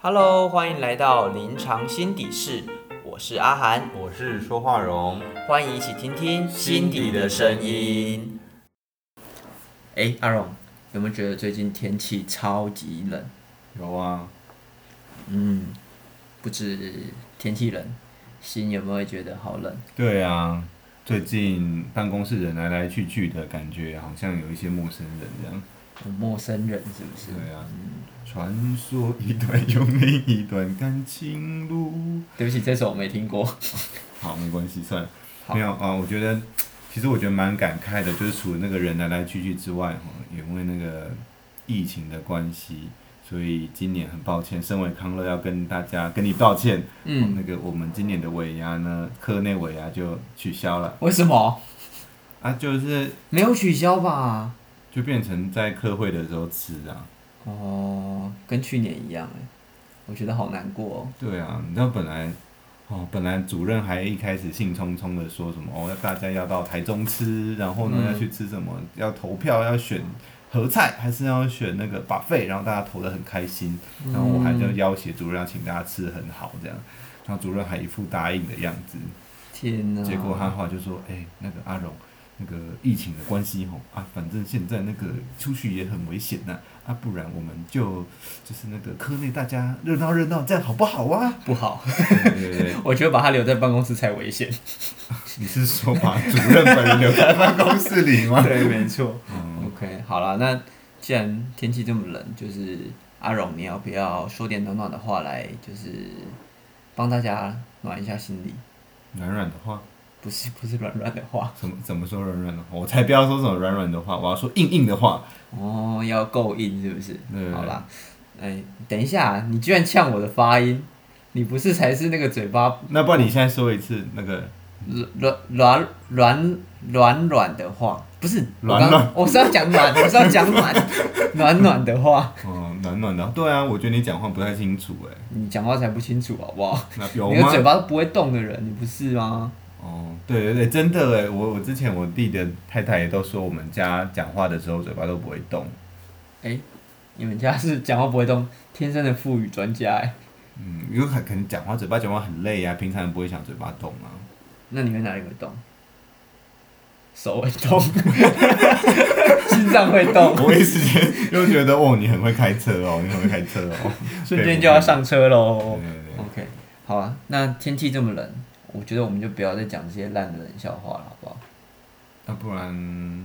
Hello，欢迎来到临床心底室，我是阿涵，我是说话荣，欢迎一起听听心底的声音。哎，阿荣，有没有觉得最近天气超级冷？有啊，嗯，不止天气冷，心有没有觉得好冷？对啊，最近办公室人来来去去的感觉，好像有一些陌生人这样。很陌生人是不是？对啊，传说一段又另一段感情路。对不起，这首我没听过。好，没关系，算了。好没有啊，我觉得，其实我觉得蛮感慨的，就是除了那个人来来去去之外，哈，也因为那个疫情的关系，所以今年很抱歉，身为康乐要跟大家跟你道歉。嗯，那个我们今年的尾牙呢，课内尾牙就取消了为什么啊，就是没有取消吧？就变成在课会的时候吃啊。哦，跟去年一样哎，我觉得好难过哦。对啊，你知道本来哦，本来主任还一开始兴冲冲的说什么哦，大家要到台中吃，然后呢、嗯要去吃什么，要投票要选合菜，还是要选那个 buffet，然后大家投的很开心，然后我还就嗯要挟主任要请大家吃得很好这样，然后主任还一副答应的样子，天哪！结果他后来就说：“哎、那个阿荣，那个疫情的关系吼啊，反正现在那个出去也很危险呐、啊，不然我们就就是那个科内大家热闹热闹，这样好不好啊不好，？” 对对对，我觉得把他留在办公室才危险。你是说把主任本人留在办公室里吗？对，没错。嗯， OK，好了，那既然天气这么冷，就是阿荣，你要不要说点暖暖的话来，就是帮大家暖一下心里？软软的话，不是不是软软的话怎么怎么说软软的话？我才不要说什么软软的话，我要说硬硬的话。哦，要够硬是不是？对好啦，哎、等一下，你居然呛我的发音，你不是才是那个嘴巴那不然你现在说一次那个软软软软软的话，不是软软我刚，我是要讲暖，我是要讲暖 暖暖的话，嗯暖暖的，对啊，我觉得你讲话不太清楚哎、你讲话才不清楚好不 好？那有你的吗？嘴巴都不会动的人，你不是吗？哦，对对对，真的哎，我我之前我弟的太太也都说，我们家讲话的时候嘴巴都不会动。你们家是讲话不会动，天生的腹语专家哎、嗯，因为很可能讲话嘴巴讲话很累啊，平常人不会想嘴巴动啊。 那你们哪里会动？手会 动，心脏会动，我一时间就觉得，哦，你很会开车哦，你很会开车哦。 瞬间就要上哦车对喽。对对， OK，好啊，那天气这么冷，我觉得我们就不要再讲这些烂的冷笑话了，好不好？那不然，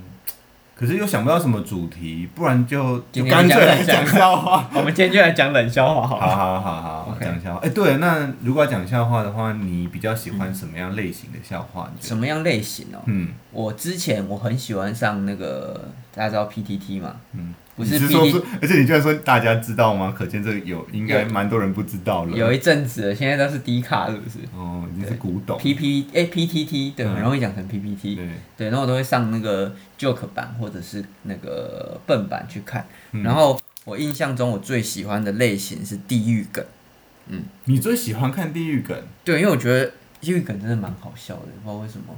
可是又想不到什么主题，不然就今就天干脆讲来讲 笑话。我们今天就来讲冷笑话好好了。好好好， OK 讲笑话。哎，对，那如果要讲笑话的话，你比较喜欢什么样类型的笑话？你觉得？什么样类型哦？嗯我之前我很喜欢上那个，大家知道 PTT 吗？嗯。不你是是说 PTT，说，而且你居然说大家知道吗？可见这个有应该蛮多人不知道了。有一阵子了，现在都是低卡是不是哦，你是古董。 ？PP 哎、PTT 对，嗯很容易讲成 PPT、对，对，然后我都会上那个 joke 版或者是那个笨版去看。嗯然后我印象中我最喜欢的类型是地狱梗，你最喜欢看地狱梗，对，因为我觉得地狱梗真的蛮好笑的，不知道为什么。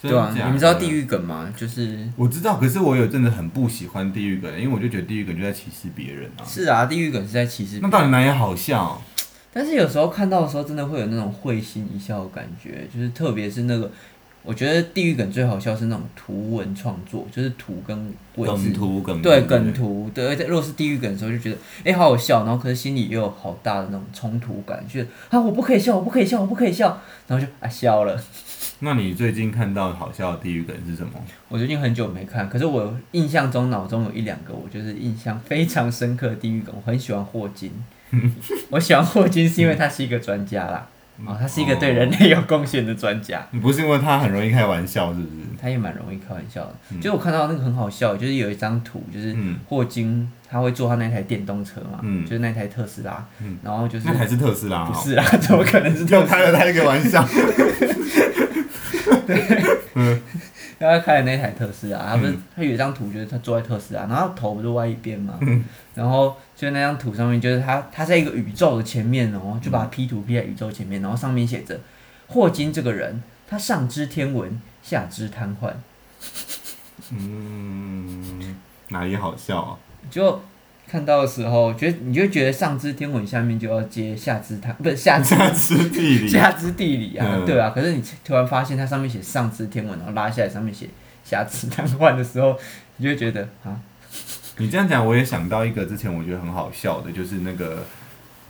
真对啊，假的你们知道地？狱梗吗？就是我知道，可是我有一阵子很不喜欢地狱梗，因为我就觉得地狱梗就在歧视别人啊。是啊，地狱梗是在歧视别人。那到底哪里好笑？但是有时候看到的时候，真的会有那种会心一笑的感觉，就是特别是那个，我觉得地狱梗最好笑是那种图文创作，就是图跟文字梗，图梗对梗。图，对，而且如果是地狱梗的时候，就觉得哎、诶好好笑，然后可是心里也有好大的那种冲突感，就是啊我不可以笑，我不可以笑，我不可以笑，然后就啊笑了。那你最近看到好笑的地狱梗是什么？我最近很久没看，可是我印象中脑中有一两个，我就是印象非常深刻的地狱梗，我很喜欢霍 金。我喜欢霍金是因为他是一个专家啦，嗯哦，他是一个对人类有贡献的专家，你不是因为他很容易开玩笑，是不是？他也蛮容易开玩笑的。就我看到那个很好笑，就是有一张图，就是嗯霍金他会坐他那台电动车嘛，嗯就是那台特斯拉，嗯然后就是那还是特斯拉哦？不是啊，怎么可能是特又开了 他一个玩笑。然后他开的那台特斯拉，他不嗯是他有一张图，就是他坐在特斯拉，然后他头不是歪一边嘛，嗯然后就那张图上面就是他，他在一个宇宙的前面哦，就把他 P 图 P 在宇宙前面，然后上面写着霍金这个人，他上知天文，下知瘫痪，嗯，哪里好笑啊？就看到的时候，觉得你就觉得上知天文，下面就要接下知堂，不是下 知下知地理，下知地理啊，嗯对啊。可是你突然发现它上面写上知天文，然后拉下来上面写下知瘫痪的时候，你就会觉得啊，你这样讲，我也想到一个之前我觉得很好笑的，就是那个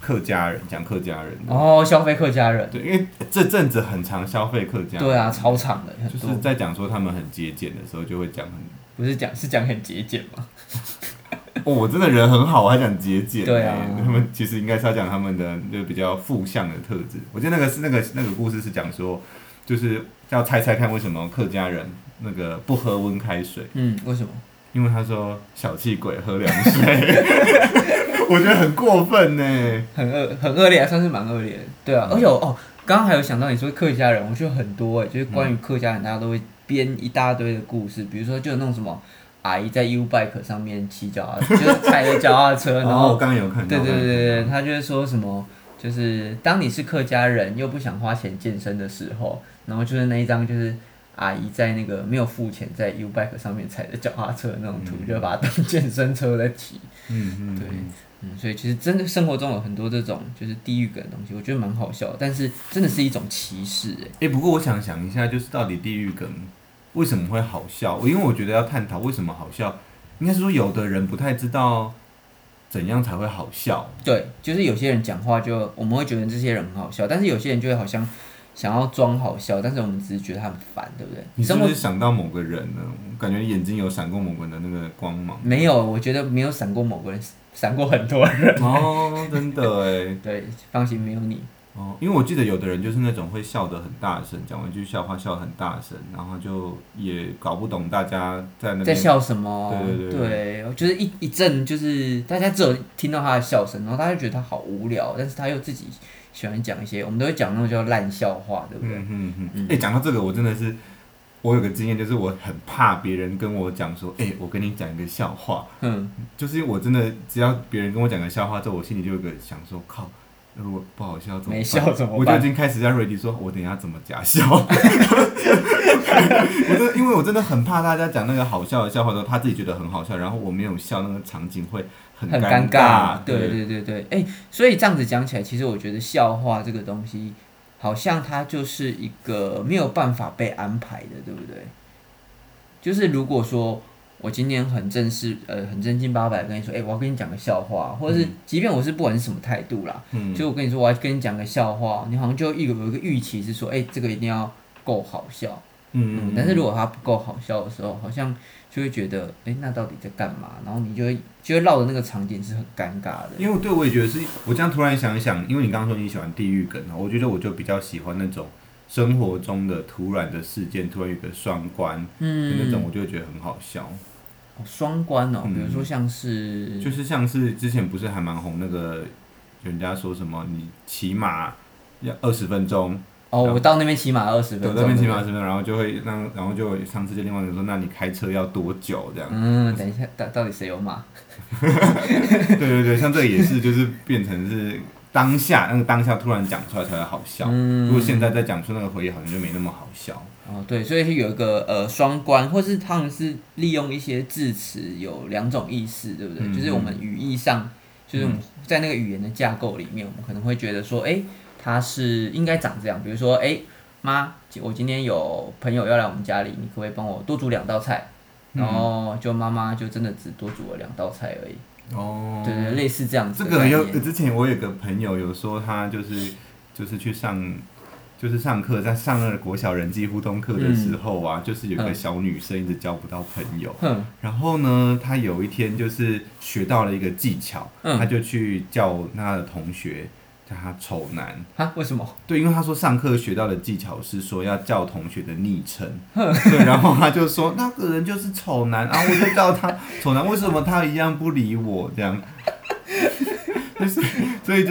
客家人讲客家人的，哦，消费客家人，对，因为这阵子很常消费客家，对啊，，超长的，很就多是在讲说他们很节俭的时候，就会讲很，不是讲是讲很节俭嘛，哦，我真的人很好，我还讲节俭欸，对啊他们其实应该是要讲他们的就比较负向的特质。我记得那个是那个那个故事是讲说，就是要猜猜看为什么客家人那个不喝温开水。嗯，为什么？因为他说小气鬼喝凉水， 我觉得很过分呢。很恶很恶劣啊，算是蛮恶劣的。对嗯啊，而且我哦，刚刚还有想到你说客家人，我觉得很多哎、就是关于客家人，大家都会编一大堆的故事，比如说就有那种什么阿姨在 U bike 上面骑脚踏， 就是踩着脚踏车，然然后后哦我刚刚有看到，对对对对，对，他就会说什么，就是当你是客家人又不想花钱健身的时候，然后就是那一张就是阿姨在那个没有付钱在 U bike 上面踩着脚踏车的那种图，嗯就把它当健身车在骑。嗯嗯，对嗯嗯，所以其实真的生活中有很多这种就是地域感的东西，我觉得蛮好笑的，但是真的是一种歧视哎、哎、不过我想想一下，就是到底地狱梗为什么会好笑？我因为我觉得要探讨为什么好笑，应该是说有的人不太知道怎样才会好笑。对，就是有些人讲话就我们会觉得这些人很好笑，但是有些人就会好像想要装好笑，但是我们只是觉得他很烦，对不对？你是生活。不是想到某个人呢？我感觉眼睛有闪过某个人的那个光芒没有，我觉得没有闪过某个人，闪过很多 人。哦，真的哎，对，放心，没有你。哦，因为我记得有的人就是那种会笑得很大声，讲完一句笑话笑得很大声，然后就也搞不懂大家在那在边笑什么？对对对就是一一阵，就是大家只有听到他的笑声，然后大家就觉得他好无聊，但是他又自己喜欢讲一些，我们都会讲那种叫烂笑话，对不对？嗯嗯嗯嗯嗯。哎、讲到这个，我真的是，我有个经验，就是我很怕别人跟我讲说，哎、我跟你讲一个笑话，嗯，就是因为我真的只要别人跟我讲个笑话之后，我心里就有个想说，靠，如果不好笑怎么办没笑怎么办我就已经开始在 ready 说，我等一下怎么假笑。我真的，因为我真的很怕大家讲那个好笑的笑话的时候，他自己觉得很好笑，然后我没有笑，那个场景会很很尴尴尬，对对对对对，哎、所以这样子讲起来，其实我觉得笑话这个东西，好像它就是一个没有办法被安排的，对不对？就是如果说我今天很正式，呃，很正经八百地跟你说，哎、我要跟你讲个笑话，或者是嗯即便我是不管是什么态度啦，嗯，就我跟你说我要跟你讲个笑话，你好像就一个有一个预期是说，哎、这个一定要够好笑，嗯，但是如果它不够好笑的时候，好像就会觉得，哎、那到底在干嘛？然后你就会就会绕着那个场景是很尴尬的。因为对我也觉得是，我这样突然想一想，因为你刚刚说你喜欢地狱梗啊，我觉得我就比较喜欢那种生活中的突然的事件，突然有个双关，嗯，那种我就会觉得很好笑。哦双关哦，嗯比如说像是，就是像是之前不是还蛮红那个，人家说什么你骑马要二十分钟，哦，我到那边骑马二十分对，钟，那边骑对马二十分钟，然后就会让，然后就上次就另外一个人说，那你开车要多久这样不对。？嗯，等一下，到到底谁有马？ 对对对，像这个也是，就是变成是当下那个当下突然讲出来才会好笑。嗯如果现在再讲出那个回忆，好像就没那么好笑。哦，对，所以是有一个呃双关，或是他们是利用一些字词有两种意思，对不对？嗯就是我们语义上，就是我们在那个语言的架构里面，我们可能会觉得说，哎，它是应该长这样。比如说，哎，妈，我今天有朋友要来我们家里，你可不可以帮我多煮两道菜？然嗯后就妈妈就真的只多煮了两道菜而已，哦对对，类似这样子这的个概有呃念之前我有个朋友有说他就是就是去上就是上课，在上那个国小人际互动课的时候啊，就是有一个嗯小女生一直交不到朋友，哼，然后呢，她有一天就是学到了一个技巧，嗯她就去叫她的同学叫她丑男。哈，为什么？对，因为她说上课学到的技巧是说要叫同学的昵称，对，然后她就说那个人就是丑男，然后我就 叫他丑男，为什么他一样不理我这样？就是，所以就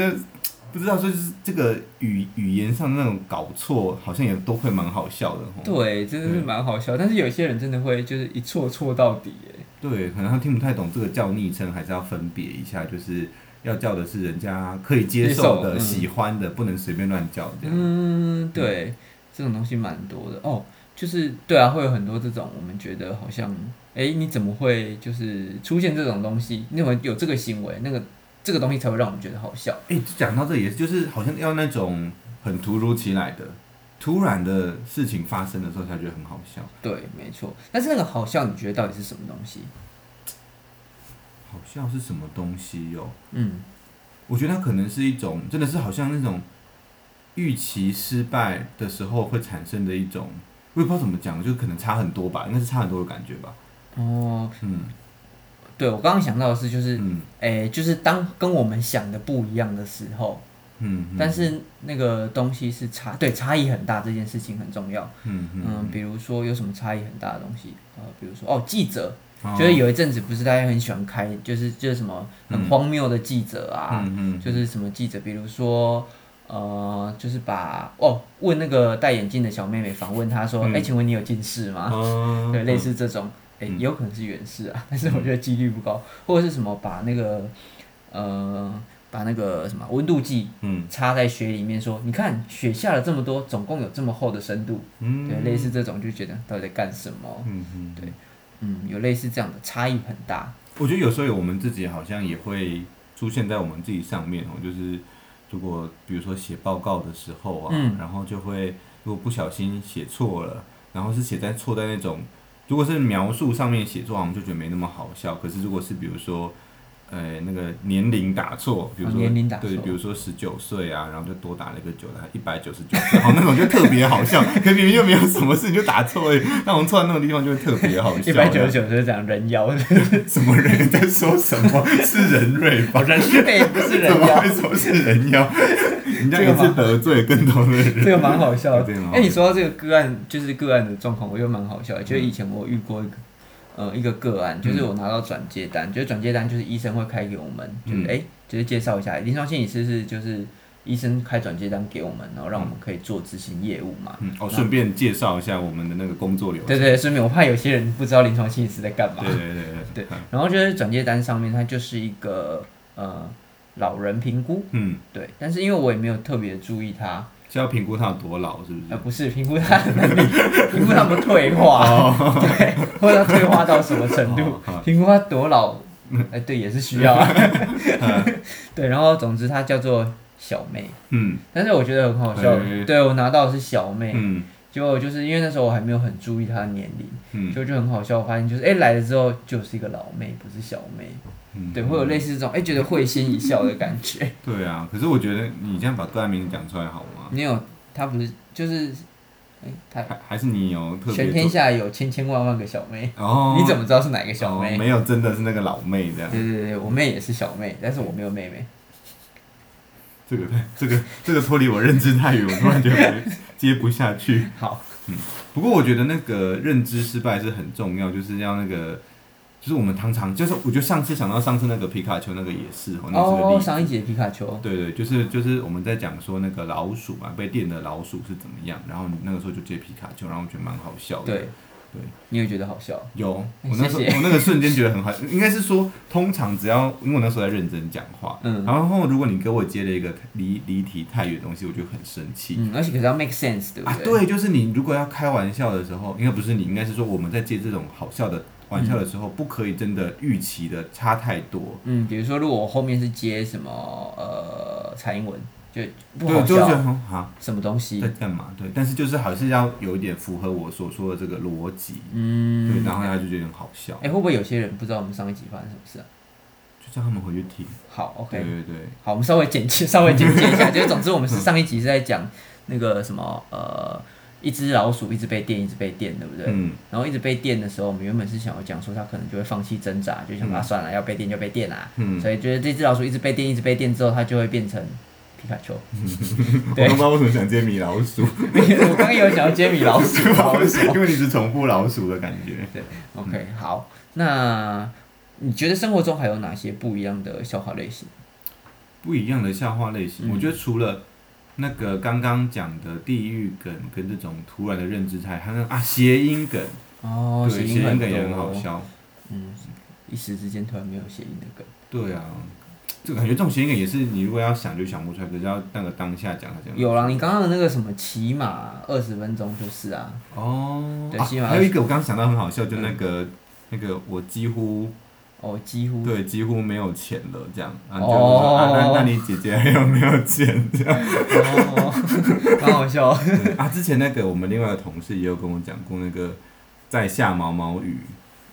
不知道，就是这个语语言上那种搞错，好像也都会蛮好笑的吼。对，真的是蛮好笑，但是有些人真的会就是一错错到底，哎。对，可能他听不太懂这个叫昵称，还是要分别一下，就是要叫的是人家可以接受的、接受嗯喜欢的，不能随便乱叫这样。嗯，对，这种东西蛮多的哦。就是对啊，会有很多这种我们觉得好像哎、你怎么会就是出现这种东西？你怎么有这个行为？那个这个东西才会让我们觉得好笑。哎、讲到这也是，就是好像要那种很突如其来的、突然的事情发生的时候，才觉得很好笑。对，没错。但是那个好笑，你觉得到底是什么东西？好笑是什么东西哟、嗯，我觉得它可能是一种，真的是好像那种预期失败的时候会产生的一种，我也不知道怎么讲，就可能差很多吧，应该是差很多的感觉吧。哦，嗯对我刚刚想到的是，就是嗯哎、就是当跟我们想的不一样的时候，嗯，嗯但是那个东西是差，对差异很大，这件事情很重要。嗯嗯，比如说有什么差异很大的东西？呃，比如说哦，记者，嗯就是有一阵子不是大家很喜欢开，就是就是什么很嗯荒谬的记者啊，嗯嗯，就是什么记者，比如说呃，就是把哦问那个戴眼镜的小妹妹访问她说，哎、嗯请问你有近视吗？嗯啊对，类似这种，诶，嗯也有可能是远视啊， 但是我觉得几率不高，或者是什么把那个呃把那个什么温度计嗯插在雪里面说，你看雪下了这么多，总共有这么厚的深度，嗯，对，类似这种就觉得到底在干什么？嗯嗯，对嗯，有类似这样的差异很大，我觉得有时候我们自己好像也会出现在我们自己上面哦，就是如果比如说写报告的时候啊，嗯然后就会如果不小心写错了，然后是写在错在那种，如果是描述上面写错，我们就觉得没那么好笑。可是如果是比如说，呃，那个年龄打错，比如哦说、年龄打错对，比如说十九岁啊，然后就多打了一个九，一百九十九，然后那种就特别好笑。 可明明就没有什么事，你就打错而已，那我们错到那种地方就会特别好 笑。一百九十九是讲人妖的，什么人在说什么？是人瑞吧？人对，不是人怎么妖会，说是人妖？人家也这个是吗得罪更多的人。这个蛮好笑的对蛮。好哎、你说到这个个案，就是个案的状况，我觉得蛮好笑嗯的。就是以前我遇过一个，呃，一个个案，就是我拿到转接单，就是转接单就是医生会开给我们，就是嗯哎、就是介绍一下临床心理师是就是医生开转接单给我们，然后让我们可以做执行业务嘛。 嗯，哦，顺便介绍一下我们的那个工作流程。对对，顺便我怕有些人不知道临床心理师在干嘛对。对对对对，然后就是转接单上面它就是一个呃老人评估，嗯，对，但是因为我也没有特别注意它，是要评估他有多老，是不呃，是？不是评估他的 能力，评估他们退化， 对，或者他退化到什么程度哦嗯好，评估他多老，哎，对，也是需要啊。 对，然后总之她叫做小妹，嗯但是我觉得很好笑嘿，对我拿到的是小妹，嗯结果就是因为那时候我还没有很注意她的年龄，嗯就就很好笑，我发现就是哎来了之后就是一个老妹，不是小妹，嗯，对，会有类似这种哎觉得会心一笑的感 觉。对啊。可是我觉得你这样把个案名字讲出来好吗？你有她不是就是哎她还还是你有特别全天下有千千万万个小妹。哦？你怎么知道是哪个小哦妹？没有，真的是那个老妹这样。对对对，我妹也是小妹，但是我没有妹妹。这个太这个这个脱离我认知太远，我突然觉得接不下去。嗯好，不过我觉得那个认知失败是很重要，就是要那个，就是我们常常就是，我觉得上次想到上次那个皮卡丘那个也是哦，那是个哦，例子。上一集的皮卡丘，对对，就是就是我们在讲说那个老鼠嘛，被电的老鼠是怎么样，然后你那个时候就接皮卡丘，然后我觉得蛮好笑的。对，对，你也觉得好笑，有，我哎那时候谢谢我那个瞬间觉得很好，应该是说，通常只要因为我那时候在认真讲话，嗯然后如果你给我接了一个离离题太远的东西，我就很生气。嗯，而且可是要 make sense，对不啊，对？对，就是你如果要开玩笑的时候，应该不是你，应该是说我们在接这种好笑的玩笑的时候，不可以真的预期的差太多。嗯，比如说如果我后面是接什么呃蔡英文，就不对，好就会觉得笑，嗯很啊什么东西在，干嘛？对，但是就是还是要有一点符合我所说的这个逻辑，对，嗯，然后他就觉得很好笑，哎，会不会有些人不知道我们上一集发生什么事啊？就叫他们回去听。好对，OK，对对，好，我们稍微简介， 稍微简介一下，就是总之我们是上一集是在讲那个什么呃，一只老鼠一直被电，一直被电，对不对？嗯然后一直被电的时候，我们原本是想要讲说它可能就会放弃挣扎，就想把它算了，要被电就被电啦、嗯，所以觉得这只老鼠一直被电，一直被电之后，它就会变成皮卡丘。 我对都不知道为什么想接米老鼠，我刚刚有想要揭米老鼠，不知道为什么因为你只重复老鼠的感觉。 OK，好，那你觉得生活中还有哪些不一样的笑话类型？不一样的笑话类型。嗯我觉得除了那个刚刚讲的地域梗跟这种突然的认知差，还有啊谐音梗，哦，对，谐音音很梗也很好多。笑。嗯，一时之间突然没有谐音的梗。对啊，这个感觉这种谐音梗也是你如果要想就想不出来，可是要那个当下讲才讲。有啦，你刚刚的那个什么骑马二十分钟就是啊，哦，对啊起码还有一个我刚刚想到很好笑，就那个那个我几乎哦，几乎对几乎没有钱了这样，然后就说、哦啊，那那你姐姐还有没有钱这样？哦，蛮好笑。对啊，之前那个我们另外的同事也有跟我讲过那个在下毛毛雨，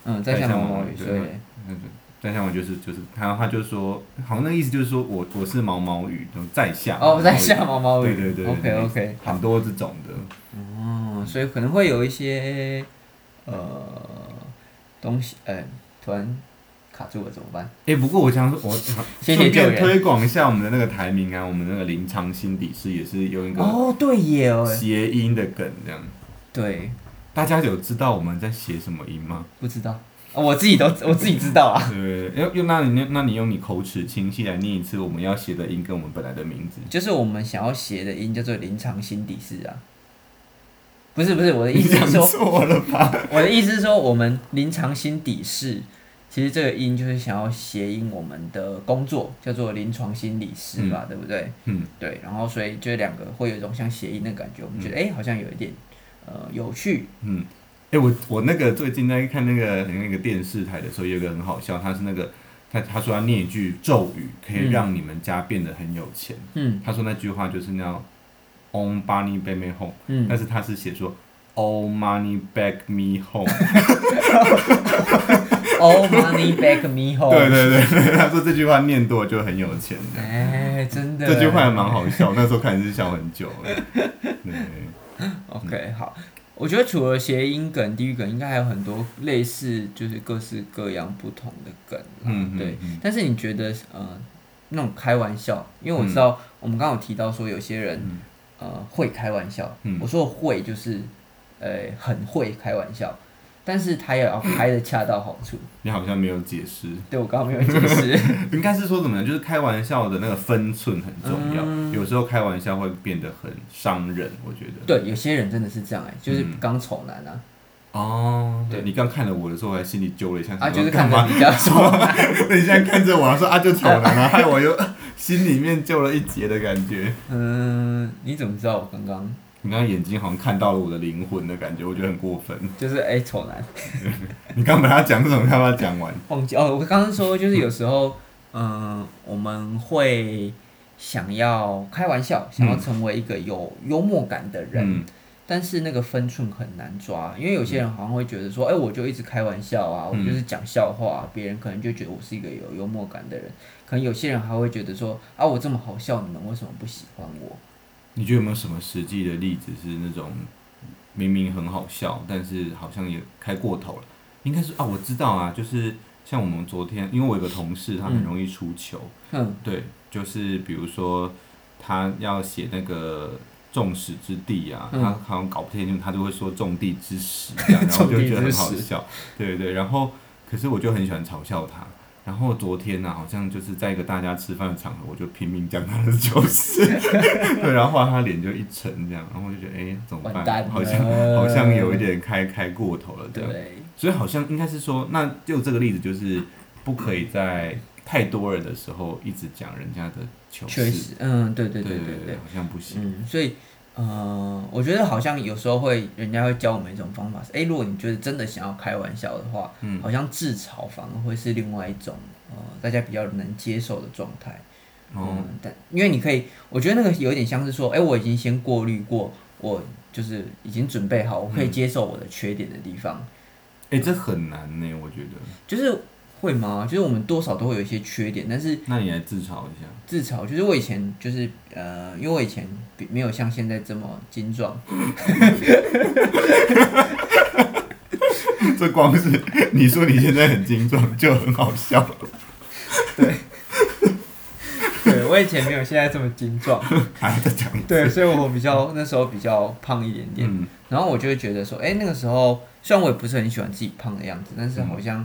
嗯，在下毛毛雨，所以那个在下毛就是就是他他就说，好像那个意思就是说我我是毛毛雨，然后在下哦，在毛下毛毛雨，对对对对 OK OK，毛雨很多这种的，哦，所以可能会有一些呃东西，呃，突然卡住了怎么办？哎、不过我想说，我谢顺谢救便援。推广一下我们的那个台名啊，我们那个林长兴底是也是用一个哦，对耶，哦谐音的梗这样。对，大家有知道我们在写什么音吗？不知道，哦我自己都我自己知道啊， 对，要用那你那你用你口齿清晰来念一次我们要写的音跟我们本来的名字。就是我们想要写的音叫做临场心底事啊。不是不是，我的意你思讲是说，错了吧？我的意思是说，我们临场心底事，其实这个音就是想要谐音我们的工作，叫做临床心理师嘛，对不对？嗯，对，然后所以这两个会有一种像谐音的感觉，我们觉得哎、诶好像有一点呃有趣嗯，哎、我我那个最近在看那个那个电视台的时候，有一个很好笑，他是那个他他说要念一句咒语，可以让你们家变得很有钱。嗯他说那句话就是那样 “On money back me home”，、嗯，但是他是写说 “All money back me home”。 ，All money back me home，对对对，他说这句话念多就很有钱的。哎、真的，这句话还蛮好笑，那时候看是笑很久 了。对，嗯 OK，好，我觉得除了谐音梗、地域梗，应该还有很多类似，就是各式各样不同的梗啦。嗯嗯对嗯。但是你觉得，呃，那种开玩笑，因为我知道我们刚刚有提到说，有些人、嗯呃会开玩笑。嗯我说的会就是，呃，很会开玩笑，但是他也要开的恰到好处。你好像没有解释，对我刚刚没有解 释。应该是说怎么样？就是开玩笑的那个分寸很重要，嗯有时候开玩笑会变得很伤人，我觉得。对，有些人真的是这样哎、就是嗯刚丑男啊，哦，对你刚看了我的时候，我还心里揪了一下，啊，想说就是嗯干看嘛 着比较丑 男。你现在看着我啊，说啊就丑男 啊，害我又心里面揪了一截的感觉。嗯，你怎么知道我刚刚？你刚刚眼睛好像看到了我的灵魂的感觉，我觉得很过分。就是哎，丑、男。你刚把他讲什么，他把他讲完。忘记哦，我刚刚说就是有时候， 嗯、我们会想要开玩笑，想要成为一个有幽默感的人，嗯但是那个分寸很难抓，因为有些人好像会觉得说，哎、我就一直开玩笑啊，我嗯就是讲笑话、啊，别人可能就觉得我是一个有幽默感的人，可能有些人还会觉得说，啊，我这么好笑，你们为什么不喜欢我？你觉得有没有什么实际的例子是那种明明很好笑，但是好像也开过头了？应该是啊，我知道啊，就是像我们昨天，因为我有个同事，他很嗯容易出糗，哼，对，就是比如说他要写那个。众矢之的啊，嗯他好像搞不太清楚，他就会说众地之矢这样，然后我就觉得很好众地之笑，对对对。然后，可是我就很喜欢嘲笑他。然后昨天啊呢、好像就是在一个大家吃饭的场合，我就拼命讲他的糗事， 对，然后后来他脸就一沉这样，然后我就觉得，哎、怎么完蛋办？了好像好像有一点开开过头了这样。对，所以好像应该是说，那就这个例子就是不可以在太多人的时候一直讲人家的糗确事，实，嗯，对对对对对对对，好像不行。嗯，所以呃，我觉得好像有时候会，人家会教我们一种方法是，哎、如果你觉得真的想要开玩笑的话，嗯好像自嘲反而会是另外一种呃，大家比较能接受的状态。哦，嗯，但因为你可以，我觉得那个有一点像是说，哎、我已经先过滤过，我就是已经准备好，我可以接受我的缺点的地方，哎、这很难呢，我觉得。就是会吗？就是我们多少都会有一些缺点，但是那你来自嘲一下。自嘲，就是我以前就是呃，因为我以前比没有像现在这么精壮， 这光是你说你现在很精壮就很好笑了，对我以前没有现在这么精壮，还要再讲一次对，所以我比较那时候比较胖一点点，嗯然后我就会觉得说，哎、那个时候虽然我也不是很喜欢自己胖的样子，但是好像，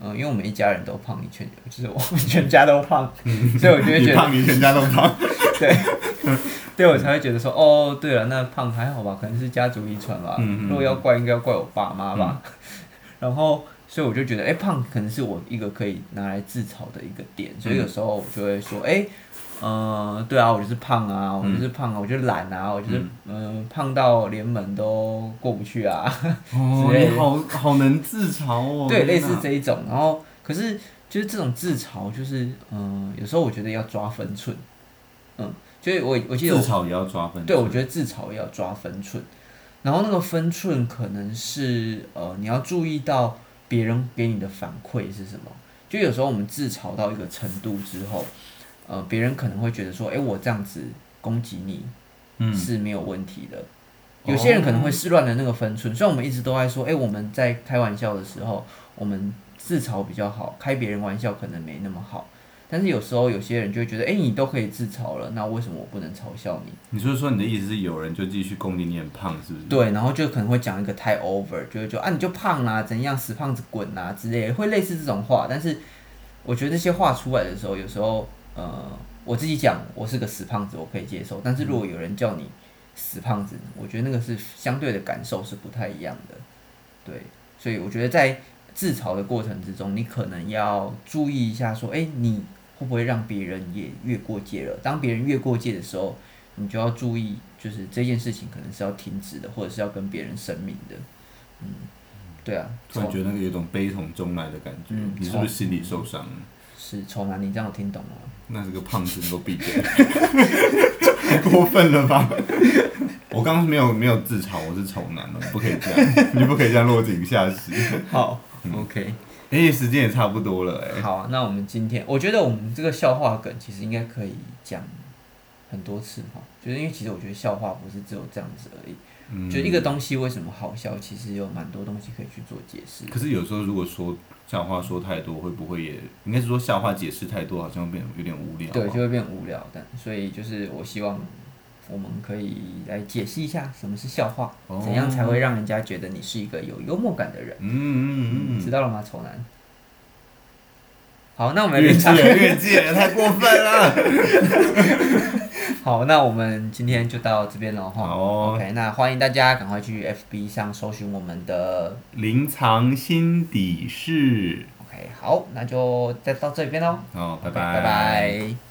嗯、呃，因为我们一家人都胖，一全 就是我们全家都 胖，所以我就会你觉得，胖你全家都 胖，对我才会觉得说，哦，对了，那胖还好吧，可能是家族遗传吧，嗯嗯嗯嗯如果要怪，应该要怪我爸妈吧， 然后。所以我就觉得，哎、胖可能是我一个可以拿来自嘲的一个点，所以有时候我就会说，哎、呃，对啊，我就是胖啊，我就是嗯胖啊，我就是懒啊，我就是嗯、呃胖到连门都过不去啊，哦，之类的你好好能自嘲哦。对，天类似哪这一种。然后可是就是这种自嘲，就是嗯、有时候我觉得要抓分寸，嗯，就是我我记得我自嘲也要抓分寸。对，我觉得自嘲也要抓分寸，然后那个分寸可能是呃，你要注意到别人给你的反馈是什么。就有时候我们自嘲到一个程度之后，呃，别人可能会觉得说，诶，我这样子攻击你嗯，是没有问题的。有些人可能会失乱了那个分寸，虽然我们一直都在说，诶，我们在开玩笑的时候，我们自嘲比较好，开别人玩笑可能没那么好。但是有时候有些人就会觉得，诶，你都可以自嘲了，那为什么我不能嘲笑你？你就是说你的意思是有人就继续攻击你很胖，是不是？，对，然后就可能会讲一个太 over，就会就啊你就胖啊，怎样死胖子滚啊之类的，会类似这种话。但是我觉得这些话出来的时候，有时候呃我自己讲我是个死胖子，我可以接受。但是如果有人叫你死胖子，我觉得那个是相对的感受是不太一样的。对，所以我觉得在自嘲的过程之中，你可能要注意一下，说，哎、你会不会让别人也越过界了？当别人越过界的时候，你就要注意，就是这件事情可能是要停止的，或者是要跟别人声明的。嗯，对啊，突然丑觉得那个有一种悲从中来的感觉嗯，你是不是心里受伤了？是丑男，你这样有听懂啊了吗？那这个胖子能够闭嘴，太 过分了吧？ 我刚刚没有没有自嘲，我是丑男了，不可以这样， 你不可以这样落井下 石。好、o k 哎、时间也差不多了、哎，好啊、那我们今天，我觉得我们这个笑话梗其实应该可以讲很多次哈，就是因为其实我觉得笑话不是只有这样子而已，嗯就一个东西为什么好笑，其实有蛮多东西可以去做解释。可是有时候如果说笑话说太多，会不会也应该是说笑话解释太多，好像变得有点无聊、对，就会变无聊。但所以就是我希望我们可以来解析一下什么是笑话，哦怎样才会让人家觉得你是一个有幽默感的人。嗯嗯知嗯道了吗，丑男？好，那我嗯，们越界了越界了，太过分了。 好，那我们今天就到这边了哈。 好哦 OK，那欢迎大家赶快去 FB 上搜寻我们的。临藏心底事， OK，好，那就再到这边喽。哦，拜 OK，拜拜